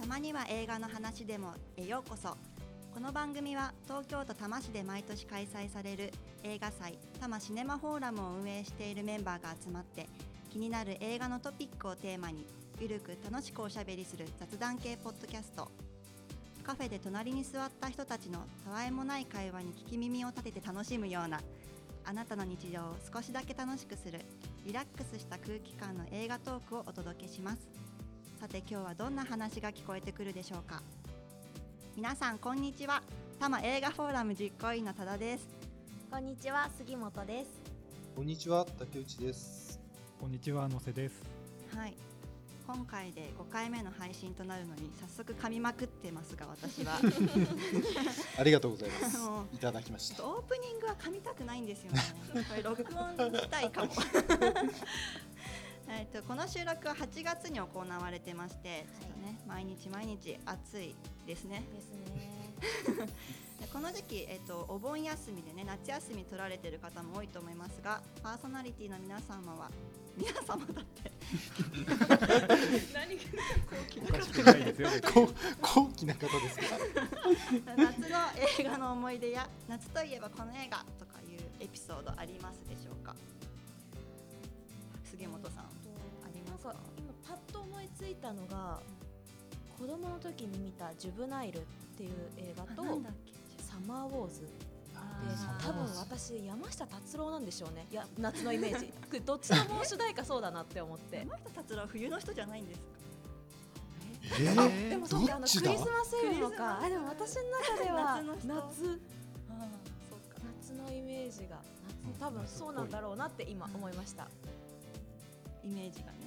たまには映画の話でもへようこそこの番組は東京都多摩市で毎年開催される映画祭多摩シネマフォーラムを運営しているメンバーが集まって気になる映画のトピックをテーマにゆるく楽しくおしゃべりする雑談系ポッドキャストカフェで隣に座った人たちのたわいもない会話に聞き耳を立てて楽しむようなあなたの日常を少しだけ楽しくするリラックスした空気感の映画トークをお届けしますさて今日はどんな話が聞こえてくるでしょうか皆さんこんにちは多摩映画フォーラム実行委員の多田ですこんにちは、杉本です。こんにちは、竹内です。こんにちは、のせです。はい今回で5回目の配信となるのに早速噛みまくってますが私 はありがとうございますも。いただきました。オープニングは噛みたくないんですよね。これ録音したいか も。えっとこの収録は8月に行われてまして、ちょっとね毎日毎日暑いですね。ですね。でこの時期えっ、とお盆休みでね夏休み取られてる方も多いと思いますが、パーソナリティの皆様は 皆様だって。何がおかしくないですよ。こ高貴な方ですか。夏の映画の思い出や夏といえばこの映画とかいうエピソードありますでしょうか杉本さんありますかなんか今パッと思いついたのが、子供の時に見たジュブナイルっていう映画とあなんだっけサマーウォーズであー多分私山下達郎なんでしょうね。いや夏のイメージ。 これどっちとも主題歌そうだなって思って。山下達郎は冬の人じゃないんですかえあー、でもそうかあどのっクリちスだマスイブクリスマのか。スあでも私の中では夏の人夏ああそうか夏のイメージが夏多分そうなんだろうなって今思い ました。はイメージがね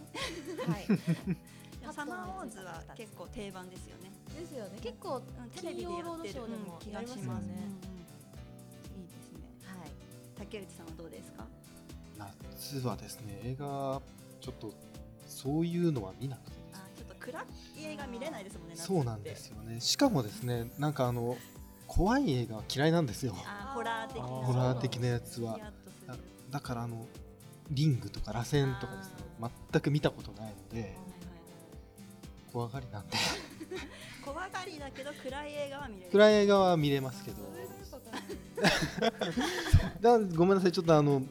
い。いやサマーウォーズは結構定番ですよね、ですよね。結構はうん、テレビでや金曜ロっーてドるショーでもうん気がしやりまますすよねうんね、うんいいですねい。竹内さんはどうですか夏はですね、映画ちょっとそういうのは見なくてですあね。ちょっと暗い映画見れないですもんね夏ってそうなんですよね。しかもですね、なんかあの怖い映画は嫌いなんですよ。あーホラー的なあーホラー的なやつヒはヤ。ッとするだだからあのリングとか螺旋とかですねあー、全く見たことないのではいはいはい怖がりなんで。怖がりだけど暗い映画は見れる暗い映画は見れますけど。だごめんなさいちょっとあのん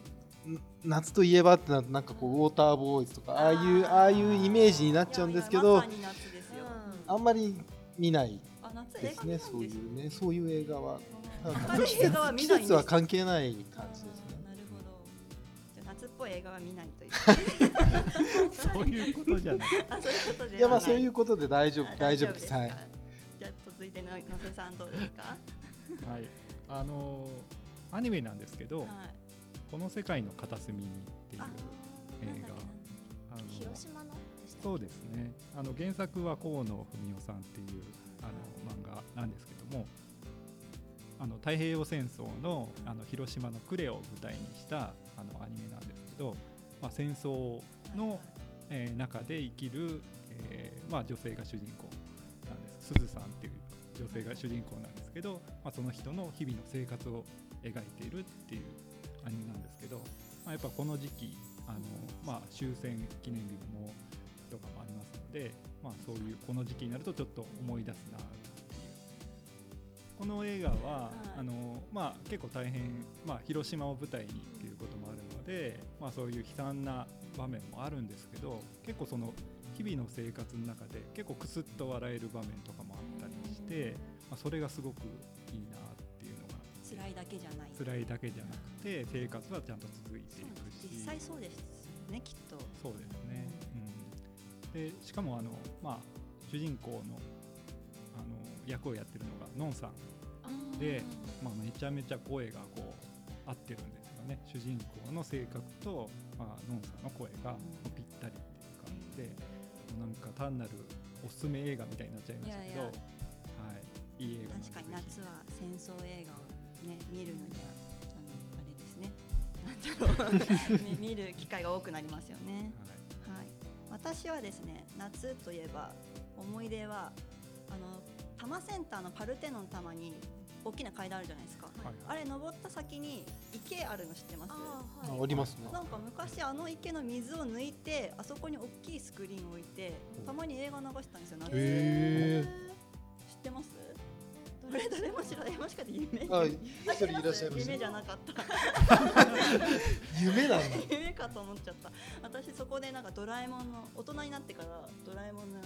夏といえばってなるとなんかこうウォーターボーイズとかああいうあーああいうイメージになっちゃうんですいけやいやまさどに夏ですよ、あんまり見ないあ夏で映す画見ないんねですそういうねそういう映画はうんなんか明るい映画は見季ないんです節は関係ない感じですあーなねるほどじゃあ夏っぽい映画は見ない というそういうことじゃない。 あそういうことではいやまあそういうことで大丈夫あ大丈夫ですかはいじゃあ続いてののせさんどうですかははい。あのー、アニメなんですけど、いこの世界の片隅にっていうあ。ー映画なんだっあのー広島のでしたそうですね。あの原作は河野文夫さんっていう、あの漫画なんですけども。あの太平洋戦争のあの広島の呉を舞台にしたあのアニメなんですけど、まあ、戦争けなのえー中で生きる、えーまあ、女性が主人公なんですすずさんっていう女性が主人公なんですけど、まあ、その人の日々の生活を描いているっていうアニメなんですけど、まあ、やっぱこの時期あの、まあ、終戦記念日もとかもありますので、まあ、そういうこの時期になるとちょっと思い出すなっていう。この映画は、いあのまあ、結構大変、まあ、広島を舞台にっていうこともあるので、まあ、そういう悲惨な場面もあるんですけど結構その日々の生活の中で結構クスッと笑える場面とかもあったりして、まあ、それがすごくいいなっていうのが辛いだけじゃない辛いだけじゃなくて生活はちゃんと続いてそいうなんくですし実際そうですねきっとそうですね、うん、でしかもあの、まあ、主人公のあの役をやってるのがのんさんでまあ、めちゃめちゃ声がこう合ってるんですよね主人公の性格と、まあのんさんの声がぴったりっていう感じでなんか単なるおすすめ映画みたいになっちゃいましたけいやいどやはい、いい映画なんで確かに夏ぜは戦争映画を、ね、見るのにはあのあれ ですねなんだろう見見る機会が多くなりますよねひ、、はいはい、私はですね夏といえば思い出はあの多摩センターのパルテノン多摩に大きな階段あるじゃないですか、はいあれ登った先に池あるの知ってますあーあはありますねなんか昔あの池の水を抜いてあそこに大きいスクリーンを置いてたまに映画流してたんですよ夏い知へーえってますどこれれ誰も知らないもしかして夢あ一人いらっしゃいました夢じゃなかった 夢なんだ夢かと思っちゃった私そこでなんかドラえもんの大人になってからドラえもんの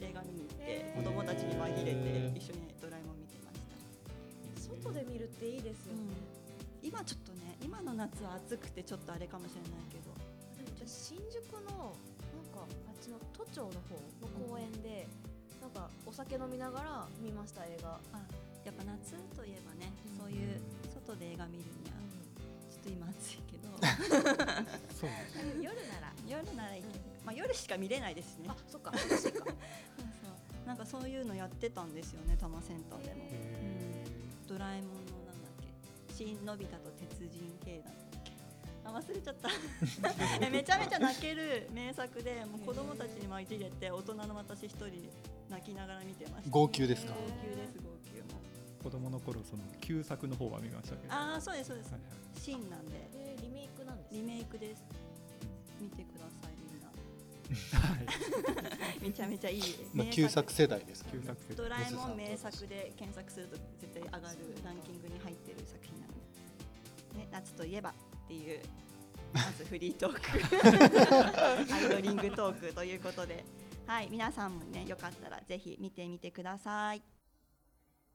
映画見に行ってへ子ー供たちに紛れへーて一緒にドラえもん見てました外で見るっていいですよね、今ちょっとね今の夏は暑くてちょっとあれかもしれないけどでも私新宿のなんかあっちの都庁の方の公園で、なんかお酒飲みながら見ました映画、やっぱ夏といえばね、うんそういう外で映画見るにはちょっと今暑いけどそうですね夜なら、 夜ならいいけど、まあ、夜しか見れないですねあそっか楽しいかそうそうなんかそういうのやってたんですよね多摩センターでも、へドラえもんのなんだっけ新のび太と鉄人系だっけあ忘れちゃったえめちゃめちゃ泣ける名作でもう子供たちに紛れて大人の私一人泣きながら見てました号泣ですか号泣です号泣もー子供の頃その旧作の方は見ましたけどはああそうですそうですいはい新なんででリメイクなんですリねメイクです見てくださいみんな は いめちゃめちゃいいまあ旧作世代ですから旧ね作生ドラえもん名作で検索すると絶対上がるランキングに入ってる作品なので、ね、夏といえばっていうまずフリートークアイドリングトークということで、はい、皆さんもねよかったらぜひ見てみてください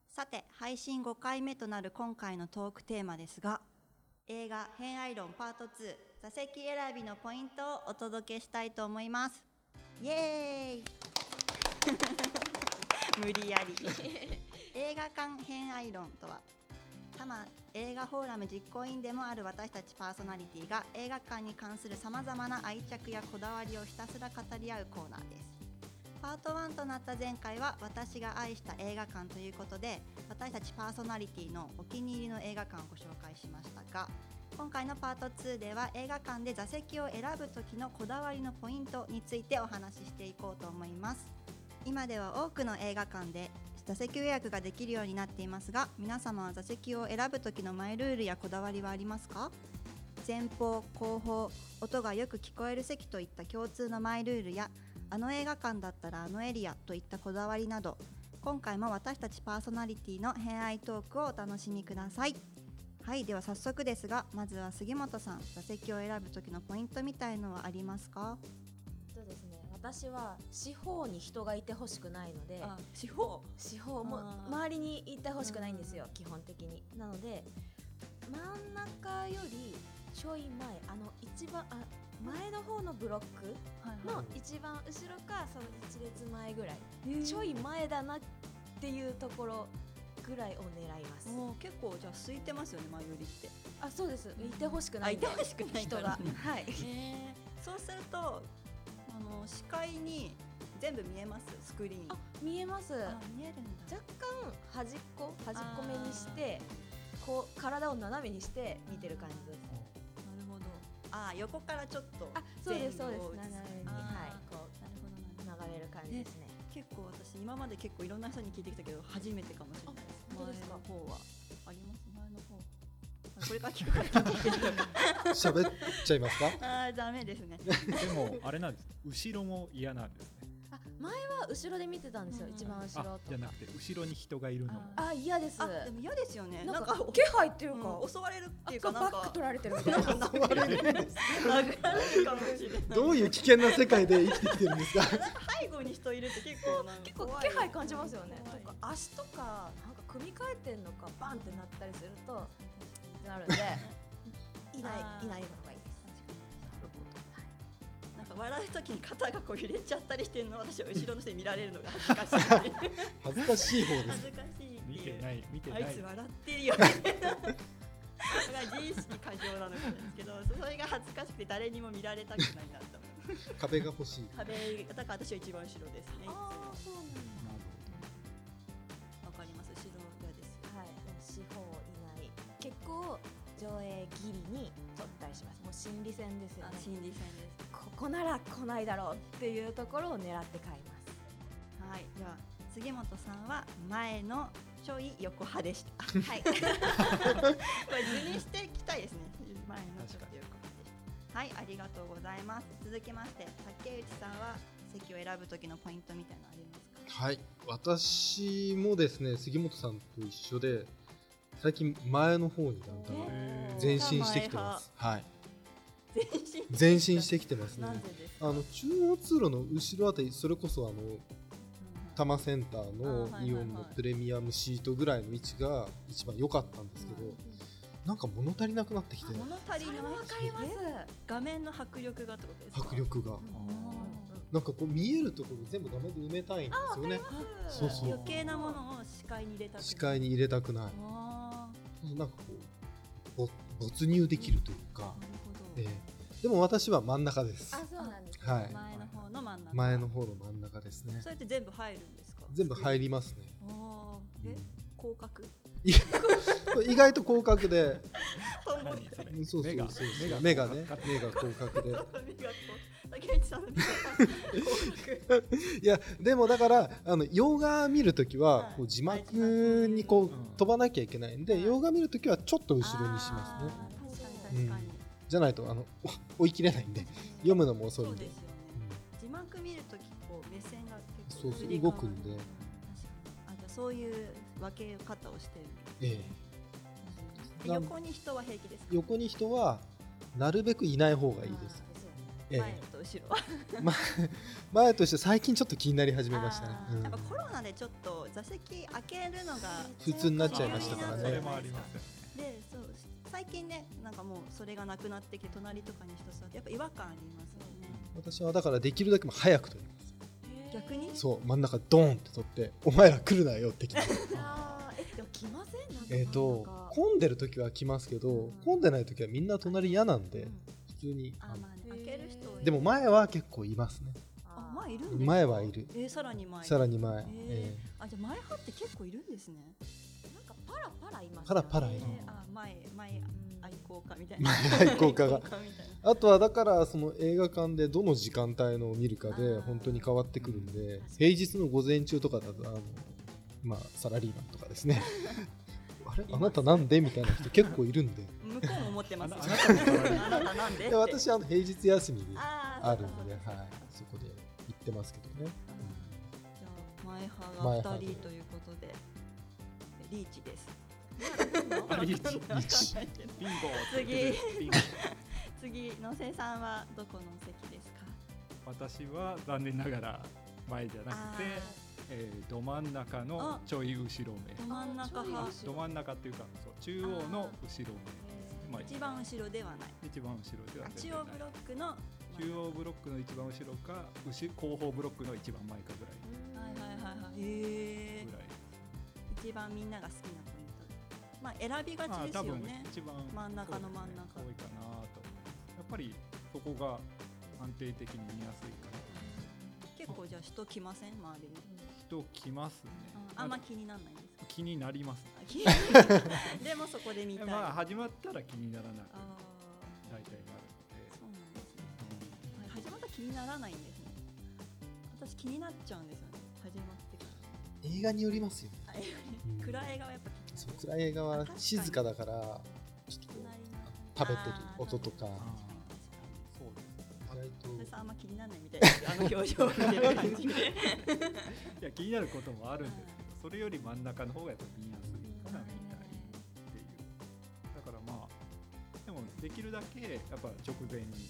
さて配信5回目となる今回のトークテーマですが映画「偏愛論パート2」座席選びのポイントをお届けしたいと思いますイエーイ 無理やり 映画館偏愛論とは多摩映画フォーラム実行委員でもある私たちパーソナリティが映画館に関するさまざまな愛着やこだわりをひたすら語り合うコーナーですパート1となった前回は私が愛した映画館ということで私たちパーソナリティのお気に入りの映画館をご紹介しましたが今回のパート2では映画館で座席を選ぶ時のこだわりのポイントについてお話ししていこうと思います今では多くの映画館で座席予約ができるようになっていますが皆様は座席を選ぶ時のマイルールやこだわりはありますか前方後方音がよく聞こえる席といった共通のマイルールやあの映画館だったらあのエリアといったこだわりなど今回も私たちパーソナリティの偏愛トークをお楽しみくださいはいでは早速ですがまずは杉本さん座席を選ぶ時のポイントみたいのはありますかそうですね私は四方に人がいてほしくないので地方四方もあー周りにいてほしくないんですよ基本的になので真ん中よりちょい前あの一番あ前の方のブロックの一番後ろかその一列前ぐらい、ちょい前だなっていうところぐらいを狙いますもう結構じゃあ空いてますよね前よりってあそうですいてほしくあないいんでてほしくない人かが らはいそうするとあの視界に全部見えますスクリーンあ見えます見えるん若干端っこ端っこめにしてこう体を斜めにして見てる感じですなるほどあ横からちょっとあそうですそ前う後を映ですす斜めにあーはいこなるほどなるほどう流れる感じですね結構私今まで結構いろんな人に聞いてきたけど初めてかもしれないですあ本当ですか前の方はあります前の方あこれから聞くから聞いてみる喋っちゃいますか あーダメですねでもあれなんです後ろも嫌なんですねあ前は後ろで見てたんですようん一番後ろあじとゃなかくて後ろに人がいるのもああ嫌ですあでも嫌ですよねななんんかか気配っていうかうん襲われるっていうそかうなんバかック取られてるみたいな襲われるんです 殴られるかもしれないどういう危険な世界で生きてきてるんですか背後に人いるって結構なんか 結構怖い気配感じますよね怖いとか足とかなんか組み替えてんのかバンってなったりするとってなるんで いないあーいないのがいいですなんか笑うときに肩がこう揺れちゃったりしてるの私は後ろの人に見られるのが恥ずかしい恥ずかしい方です恥ずかしいって見いてうない見てな あいいつ笑ってるよね自意識過剰なのかもしれないですけどそれが恥ずかしくて誰にも見られたくないなと思う壁が欲しい壁だから私は一番後ろですねああそうなんだなるわかります後ろ側ですはい四方いない結構上映ギリに取ったりしますもう心理戦ですよあね心理戦ですここなら来ないだろうっていうところを狙って買いますはい、じゃあ杉本さんは前のちょい横派で した。はい。これ図にしていきたいですね。前のちょっと横派でした。はい、ありがとうございます。続きまして、竹内さんは席を選ぶ時のポイントみたいなのありますか。はい私もですね杉本さんと一緒で最近前の方にだんだんえー前進してきてますはい全身。前進してきてますねなぜですか。あの中央通路の後ろあたりそれこそあの多摩センターのあーはいはいはいイオンのプレミアムシートぐらいの位置が一番良かったんですけど、なんか物足りなくなってきて物足りそないれもわかります。画面の迫力がってことですか。迫。力がなんかこう見えるところ全部画面で埋めたいんですよねそうそう余計なものを視界に入れたくない。視界に入れたくないあなんかこうぼ没入できるというかあ、、なるほど。ええでも私は真ん中ですあ、そうなんです。はい前の方の真ん中。前の。方の真ん中ですねそれって全部入るんですか。全部入りますねあうーんえ広 角これ意外と広角で トンボ何みたそいれなうんそうそう目がそう目目ががね目が広角で目がこう竹内さんの目が広角いやでもだからあの洋画見るときははいこう字幕にこうんう飛ばなきゃいけないんではい洋画見るときはちょっと後ろにしますねあー確かに確かに、うんじゃないとあのお追い切れないんで読むのも遅いそんうでですよね字幕見るときこう目線が結う構んそうそ振うり動かくんで確かにあじゃあそういう分け方をしてるええでなん横に人は平気ですか横に人はなるべくいない方がいいです、え前えと後ろは前として最近ちょっと気になり始めましたねあ、ーうんやっぱコロナでちょっと座席開けるのが普通になっちゃいましたからねそれもありますよねでそう最近ねなんかもうそれがなくなってきて隣とかに人座ってやっぱ違和感ありますよね、私はだからできるだけも早くと逆にそう真ん中ドーンって取ってお前ら来るなよって来て あーえでも来ませんなんかえっとなんか混んでる時は来ますけど混んでない時はみんな隣嫌なんで普通にあ、まあね、開ける人多いでも前は結構いますねああ前いるんですか前はいるえー、さらに前さらに前、えええー、あじゃあ前派って結構いるんですね、なんかパラパラいますパラパラえいるー、あ前前愛好家みたいな前愛好家が愛好みたいなあとはだからその映画館でどの時間帯のを見るかあでー本当に変わってくるん確でかに平日の午前中とかだとあの、まあ、サラリーマンとかで すねあれあなたなんでみたいな人結構いるんで向こうも思ってますあなたも取られるあなたなんでっでて私あの平日休みにあーあるそんうで、かはいそうか、そこで行ってますけどねじゃあ前前派が派二で人ということでリーチですあリーチわかんないリーチけどビンゴ次ビンゴ次野瀬さんはどこの席ですか私は残念ながら前じゃなくて、えーど真ん中のちょい後ろ目ど真ん中派あど真ん中っていうかそう中央の後ろ目まあ一番後ろではない一番後ろではあ全中然な央いブロックの中央ブロックの一番後ろか後後方ブロックの一番前かぐらいはいはいはいはいぐへえらい一番みんなが好きなポイントまあ選びがまあちです多よ分ね一番真ん中の真ん中そうですね多いかなと思いますやっぱりそこが安定的に見やすいかな結構じゃあ人来ません周りに人来ますねあんまだ気にならないん ですか 気になりますあ気にならないでもそこで見たいまああ始まったら気にならなくあ大体なるーそうなんですねので、はい始まったら気にならないんですね私気になっちゃうんですよね始まってから映画によりますよねあうん暗い映画はやっぱ気にそなうる暗い映画あは確かに静かだからちょっとこう食べてる音とかあー確あかに確かにーそうです意外それとさあんま気にならないみたいですあの表情を見て る感じでいや気になることもあるんですけどそれより真ん中の方がやっぱ見やすいから見たいっていうだからまあでもできるだけやっぱ直前に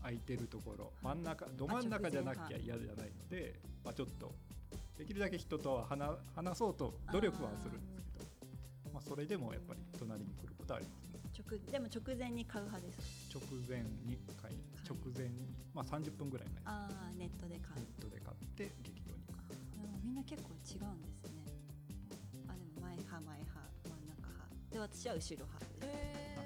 空いてるところ真ん中ど真ん中じゃなきゃ嫌じゃないので、まあ、ちょっとできるだけ人とは話話そうと努力はするんですけどまあ、それでもやっぱり隣に来ることはありますね直でも直前に買う派です直前に買い直前に、まあ、30分ぐらい前ああネットで買ネうットで買って劇場に行くでもみんな結構違うんですねあでも前派前派真ん中派で私は後ろ派ですえ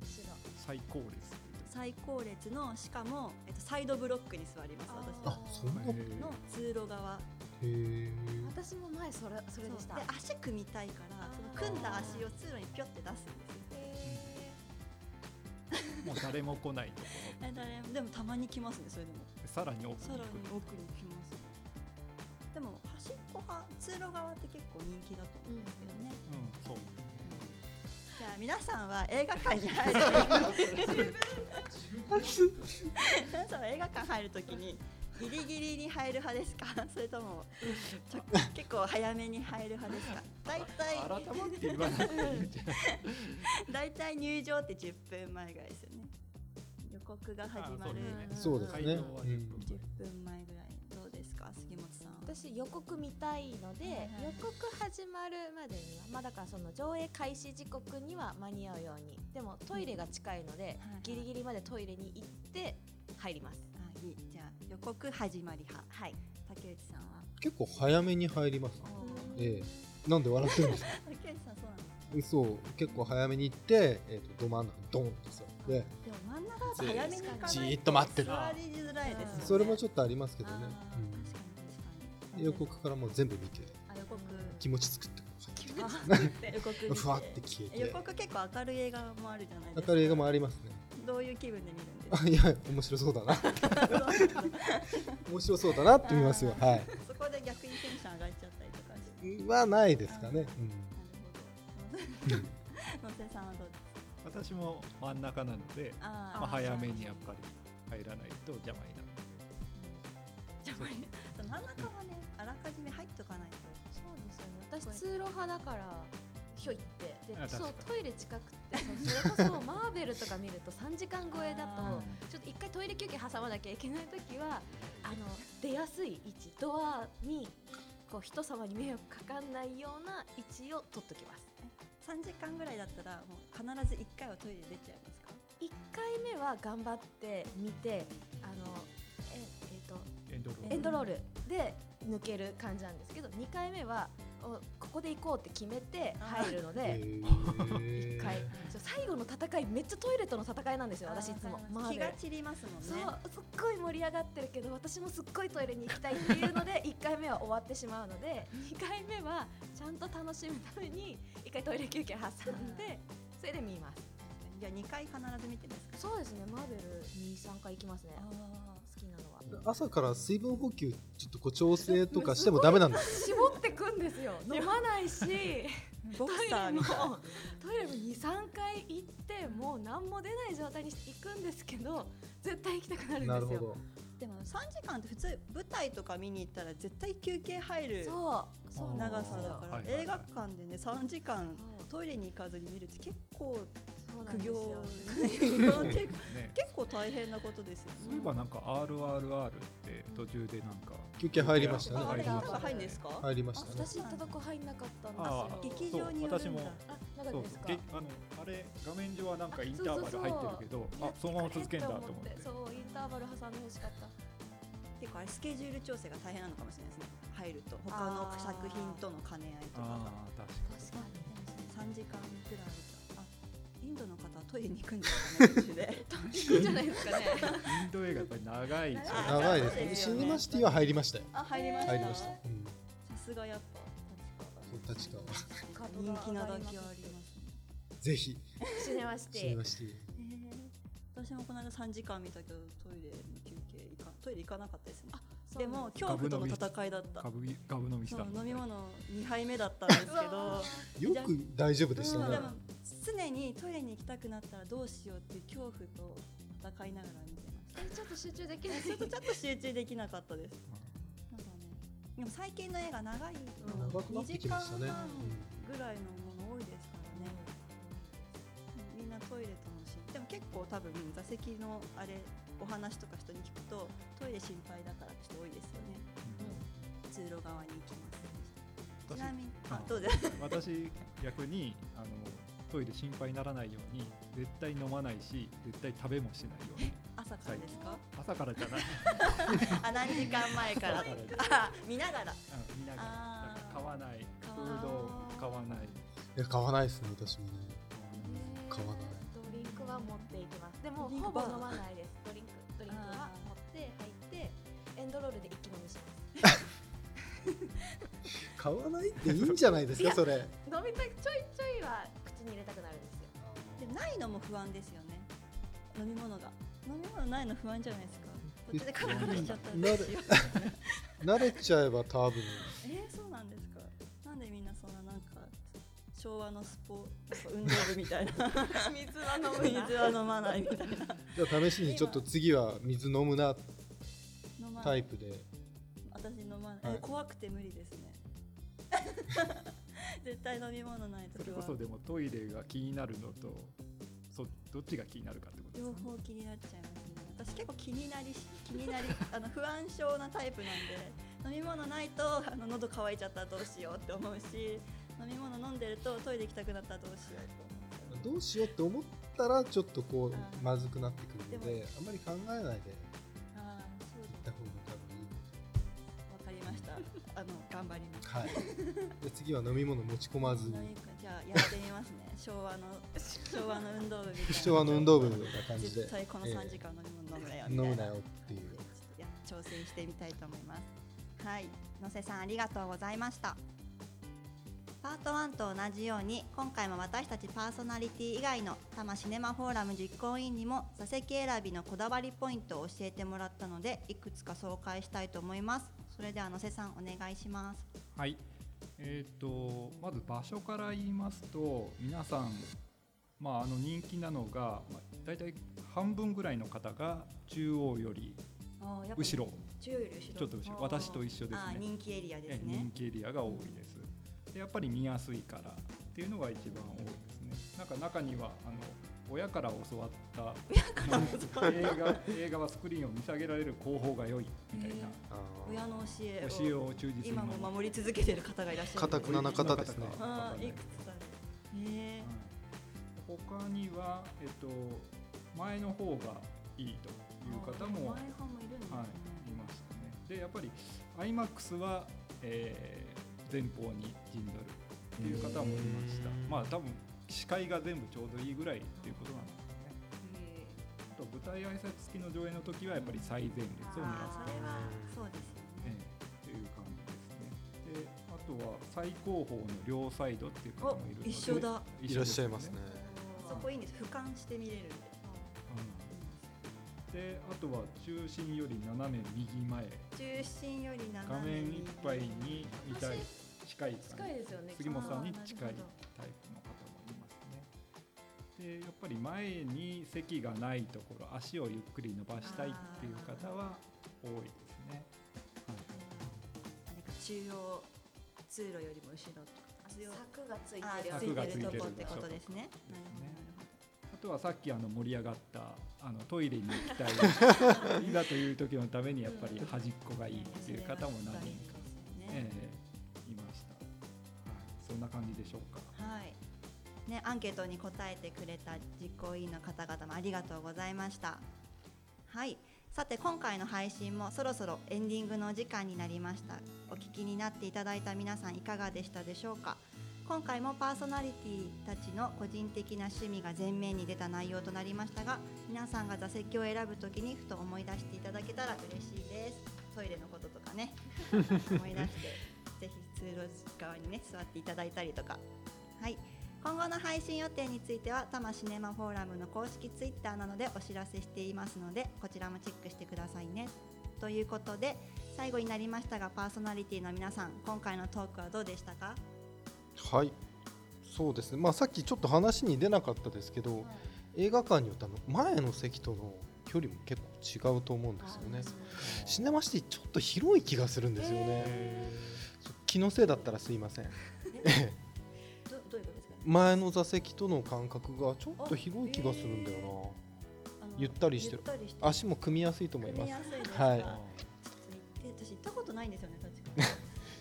ー後ろ最高ですっていう最後列のしかも、えっと、サイドブロックに座ります私あはあそうなんだへの通路側え私も前それそれでしたそうで足組みたいからあーその組んだ足を通路にピョって出すんですよえもう誰も来ないとこえ誰もでもたまに来ますねそれでもろさらに奥さにらに行く奥に来ますでも端っこあ通路側って結構人気だと思うんですけどね、うん、そうじゃあ皆さんは映画館に入る 皆さんは映画館入るときにギリギリに入る派ですか それともちょ結構早めに入る派ですか大体改まって言わなくていいんじゃない大体入場って10分前ぐらいですよね予告が始まるあそうですね。回答は10分10分前ぐらいどうですか杉本さんは私予告見たいので、はいはい予告始まるまでにはまあだからその上映開始時刻には間に合うようにでもトイレが近いので、はいギリギリまでトイレに行って入りますあいいじゃあ予告始まり派はい竹内さんは結構早めに入ります。ええなんで笑ってるんですか 竹内さんそうなんですそう、結構早めに行って、えっとど真ん中ドンって座って、でも真ん中だと早めに行かないとじーっと待ってる座りづらいですよねそれもちょっょっとありますけとどね。確かに確かうんに予告からもう全部見て、あ予告気持ち作ってください。あ予 告見てふわって消え予て。告結構明るい映画もあるじゃないですか明るい映画もありますね。 どういう気分で見るんですか あいや、面白そうだな。面白そうだなって見ますよ。はそこで逆にテンション上がっちゃったりとかしてい。はないですかね。なるほど野瀬さんはどうですか私も真ん中なので、あーまあ、早めにやっぱり入らないと邪魔になるじゃあこれ真ん中はねあらかじめ入っとかないとそうですよね私通路派だからひょいってあで確かそにうトイレ近くってそうそれこそマーベルとか見ると3時間超えだあとちょっと一回トイレ休憩挟まなきゃいけない時はあの出やすい位置ドアにこう人様に迷惑かかんないような位置を取っときます3時間ぐらいだったらもう必ず1回はトイレ出ちゃいますか1回目は頑張って見てあのええーとエンドロールエンドロールで抜ける感じなんですけど2回目はおここで行こうって決めて入るのうん。で。へ一え回ちょ最後の戦いめっちゃトイレとの戦いなんですよ私いつもあーマーベ気ルが散りますもんねそうすっごい盛り上がってるけど私もすっごいトイレに行きたいっていうの で1回目は終わってしまうので2回目はちゃんと楽しむために1回トイレ休憩挟んでそれで見ますじゃあ2回必ず見てますかそうですねマーベル23回行きますねあ好きなのは朝から水分補給ちょっとこう調整とかしてもダメなんです絞ってくん ですよ飲まないしボクトイサーレみもたいなトイレも23回行ってもう何も出ない状態にして行くんですけど絶対行きたくなるんですよなるほど。でも3時間って普通舞台とか見に行ったら絶対休憩入るそうそうなん長ですさよだから、はいはいはい映画館でね3時間そトイレに行かずに見るって結構うそうなん苦です行よ苦行っていうかね 結構大変なことですよそういえねばなんか RRR って途中でなんか休憩入りましたねああれ入りなんましかた入るんですか、入りまあしたね。私行ったとこ入んなかったんああです劇よ場によるんだそう私もあなそんうかですかであのあれ画面上はなんかインターバル入ってるけどあそのまま続けんだと思ってそうインターバル挟んでほしかった結構あれスケジュール調整が大変なのかもしれないですね入ると他のあー作品との兼ね合いとかがああ確か確か3時間くらいあインドの方はトイレに行くんですかね途中でにいいんじゃないですかねにインド映画やっぱり長い時間長いでそすうね。ですシよねネマシティは入りましたよ。 あ入りました入りました。さうん。すがやっぱそう立川。人気なだけありますねぜひシネマシテシネィマシティ。えー私もこの間3時間見たけどトイレに休憩行かトイレ行かなかったですねでも恐怖との戦いだったガブガブ飲みしそうた飲み物2杯目だったんですけど うわよく大丈夫でしそたうでねも。常にトイレに行きたくなったらどうしようっていう恐怖と戦いながら見てまえちょっと集中できないしたちょっとちょっと集中できなかったですなんかねでも最近の映画長いの長くなってきました2時ね。間半ぐらいのもの多いですからね、みんなトイレ楽しいでも結構多分座席のあれお話とか人に聞くとトイレ心配だからって人多いですよね通路側に行きますうんちなみにあうんどうですか私逆にあのトイレ心配にならないように絶対飲まないし絶対食べもしないように朝からですか朝からじゃないあ何時間前から朝からですあ見ながらうん見ながらあー買わない買フわないードを買わないいや買わないですね私もね。買わないドリンクは持っていきますでドもリンクほぼバー飲まないですドリンクドリンクは持って入ってエンドロールで一気飲みします買わ ないっていいんじゃないですかそれ。飲みたいちょいちょいは口に入れたくなるんですよでもないのも不安ですよね飲み物が飲み物ないの不安じゃないですか途中でカラカラしちゃったらどうしよう慣れちゃえば多分えー、そうなん昭和のスポ運動部みたいな 水は飲むな水は飲まないみたいなじゃあ試しにちょっと次は水飲むな飲まなタいイプで私飲まない、はいえ怖くて無理です ね絶対飲み物ないそ時れはこそでもトイレが気になるのとそどっちが気になるかってことです両ね方気になっちゃいますね私結構気になりし気になりあの不安症なタイプなんで飲み物ないとあの喉乾いちゃったらどうしようって思うし飲み物飲んでるとトイレ行きたくなったらどうしようって思っちゃうどうしようって思ったらちょっとこあーうまずくなってくるのでであんまり考えないでああそう行っでた方が多分いいすわかりましたあの頑張りますはいで次は飲み物持ち込まずに飲みかじゃあやってみますね昭 和の昭和の運動部みたいな昭和の運動部な感じで絶対このええ3時間飲み物飲むなよみ飲たいむななよっていうちょっとや挑戦してみたいと思いますはい野瀬さんありがとうございましたパート1と同じように今回も私たちパーソナリティ以外の多摩シネマフォーラム実行委員にも座席選びのこだわりポイントを教えてもらったのでいくつか紹介したいと思いますそれでは野瀬さんお願いしますはいえー、とまず場所から言いますと皆さん、まあ、あの人気なのが、まあ、大体半分ぐらいの方が中央より後ろ中より後ろちょっと後ろ私と一緒ですねあー人気エリアでえすね人気エリアが多いですでやっぱり見やすいからっていうのが一番多いですねなんか中にはあの親から教わ った映画映画はスクリーンを見下げられる方法が良いみたいなあー親の教えを教えを忠実に今も守り続けてる方がいらっしゃる固くな方ですねあーいくつだろうへえうん他には、えっと、前の方がいいという方あも、はい、前半もいるんですね、いましたね。でやっぱり iMAX は、えー前方に陣取るっていう方もいましたうん。まあ多分視界が全部ちょうどいいぐらいっていうことなんですね。へあと舞台挨拶付きの上映の時はやっぱり最え前列を見やあすーそくれはそうですよえね、えという感じですね。であとは最高峰の両サイドっていう方もいるのおで一緒だ一緒ですねいらっしゃいますねそこいいんです俯瞰して見れるんでうんであとは中心より斜め右前中心より画斜め面にいっぱいに見たい近い近感いじですよね杉本さんに近いあータなイるプほの方もいますねでやっぱり前に席がないところ足をゆっくり伸ばしたいっていう方は多いですね、はいあれか中央通路よりも後ろとかあ強い柵がついあーてるやつつ柵がいてるとこっつていてることですねそうなるほどなるほどあとはさっきあの盛り上がったあのトイレに行きたいいざという時のためにやっぱり端っこがいいっていう方も何人かねええいました、はい、そんな感じでしょうかはい。ね、アンケートに答えてくれた実行委員の方々もありがとうございました。はい。さて今回の配信もそろそろエンディングのお時間になりました。お聞きになっていただいた皆さんいかがでしたでしょうか。今回もパーソナリティたちの個人的な趣味が前面に出た内容となりましたが、皆さんが座席を選ぶときにふと思い出していただけたら嬉しいです。トイレのこととかね、思い出して、ぜひ通路側にね座っていただいたりとかはい、今後の配信予定については多摩シネマフォーラムの公式ツイッターなどでお知らせしていますのでこちらもチェックしてくださいねということで最後になりましたがパーソナリティの皆さん今回のトークはどうでしたかはいそうですねまあさっきちょっと話に出なかったですけど、映画館によってあの前の席との距離も結構違うと思うんですよねシネマシティちょっと広い気がするんですよねそう気のせいだったらすいま せんどどういうことですか前の座席との間隔がちょっと広い気がするんだよな、あのゆったりしてるゆったりして足も組みやすいと思い組まみやすすいですか、はいちょっと行って私行ったことないんですよね確 か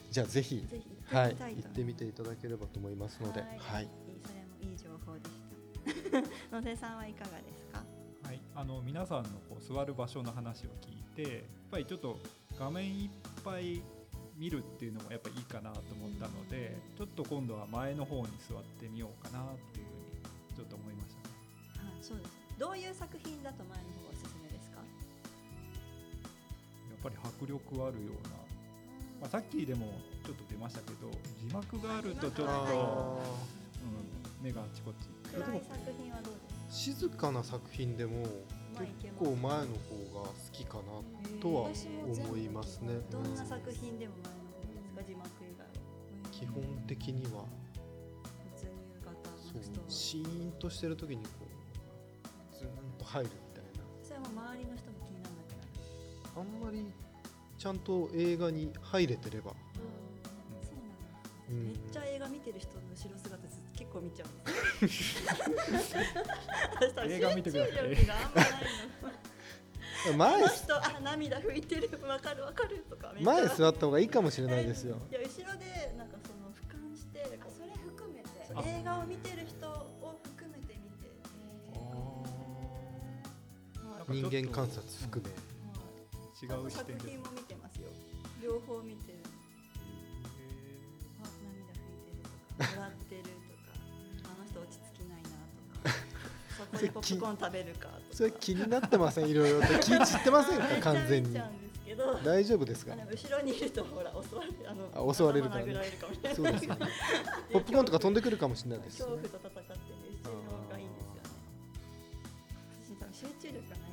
じゃあぜひぜひ行はっていみたいと思います、行ってみていただければと思いますのではいはいそれもいい情報でした 野瀬さんはいかがですかはい、あの皆さんのこう座る場所の話を聞いてやっぱりちょっと画面いっぱい見るっていうのもやっぱいいかなと思ったのでちょっと今度は前の方に座ってみようかなっていうふうにちょっと思いましたねはい、そうです。どういう作品だと前の方がおすすめですか？やっぱり迫力あるような、まあ、さっきでもちょっと出ましたけど字幕があるとちょっあーと、うはん、目があちこち行暗ったりい作品はどうですか？静かな作品でもまあ結いけます構前の方が好きかなとは思いますねどんな作品でも前の方ですか？字幕以外は。基本的には普通にこうシーンとしてる時にこうズーンと入るみたいなそれはもう周りの人も気にならなくなるあんまりちゃんと映画に入れてれば、そうなんだうんめっちゃ映画見てる人の後ろ姿ず結構見ちゃう映画 見てください集中力があんまないのこ前の人あ涙拭いてるわかるわかるとかめっちゃ前座った方がいいかもしれないですよいや後ろでなんかその俯瞰してあそれ含めてそう映画を見てる人を含めて見てはいなんかち人ょっと間観察含め違あうと視作点で品も見てますよ両方見てるえあ涙拭いてるとか笑ってるとかあの人落ち着きないなとかそこでポップコーン食べるかとかそれ気になってませんいろいろって気散ってませんあめかっちゃ完全見にちゃうんですけど大丈夫ですかあでも後ろにいるとほら襲われるあのあ襲われるから頭ね殴られるかもしれないそうですよねポップコーンとか飛んでくるかもしれないです恐よ怖ねと戦ってね収納がいいんですよね私多分集中力がな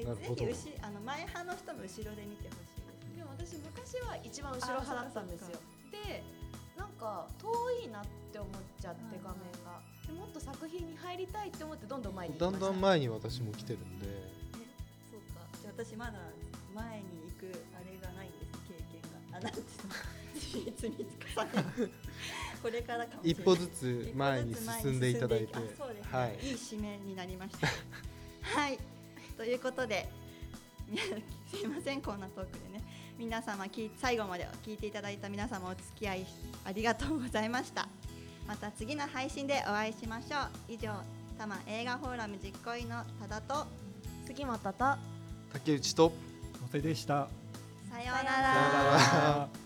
いなるほどぜひ後あの前派の人も後ろで見てほしいですでも私昔は一番後ろ派だったんですあよそっかでなんか遠いなって思っちゃってうん画面がでもっと作品に入りたいって思ってどんどん前に行きだましんただん前に私も来てるんでそうかじゃあ私まだ前に行くあれがないんです経験があなんて いうの積み重 ねこれからかもしれない一歩ずつ前に進んでいただいてあそうですねはいいい締めになりま した。はい、ということで、 みすいませんこんなトークでね、皆様聞い最後まで聞いていただいた皆様お付き合いありがとうございました。また次の配信でお会いしましょう。以上、多摩映画フォーラム実行委員の多田と杉本と竹内とお世でした。さようさ よなうらなら。さよなら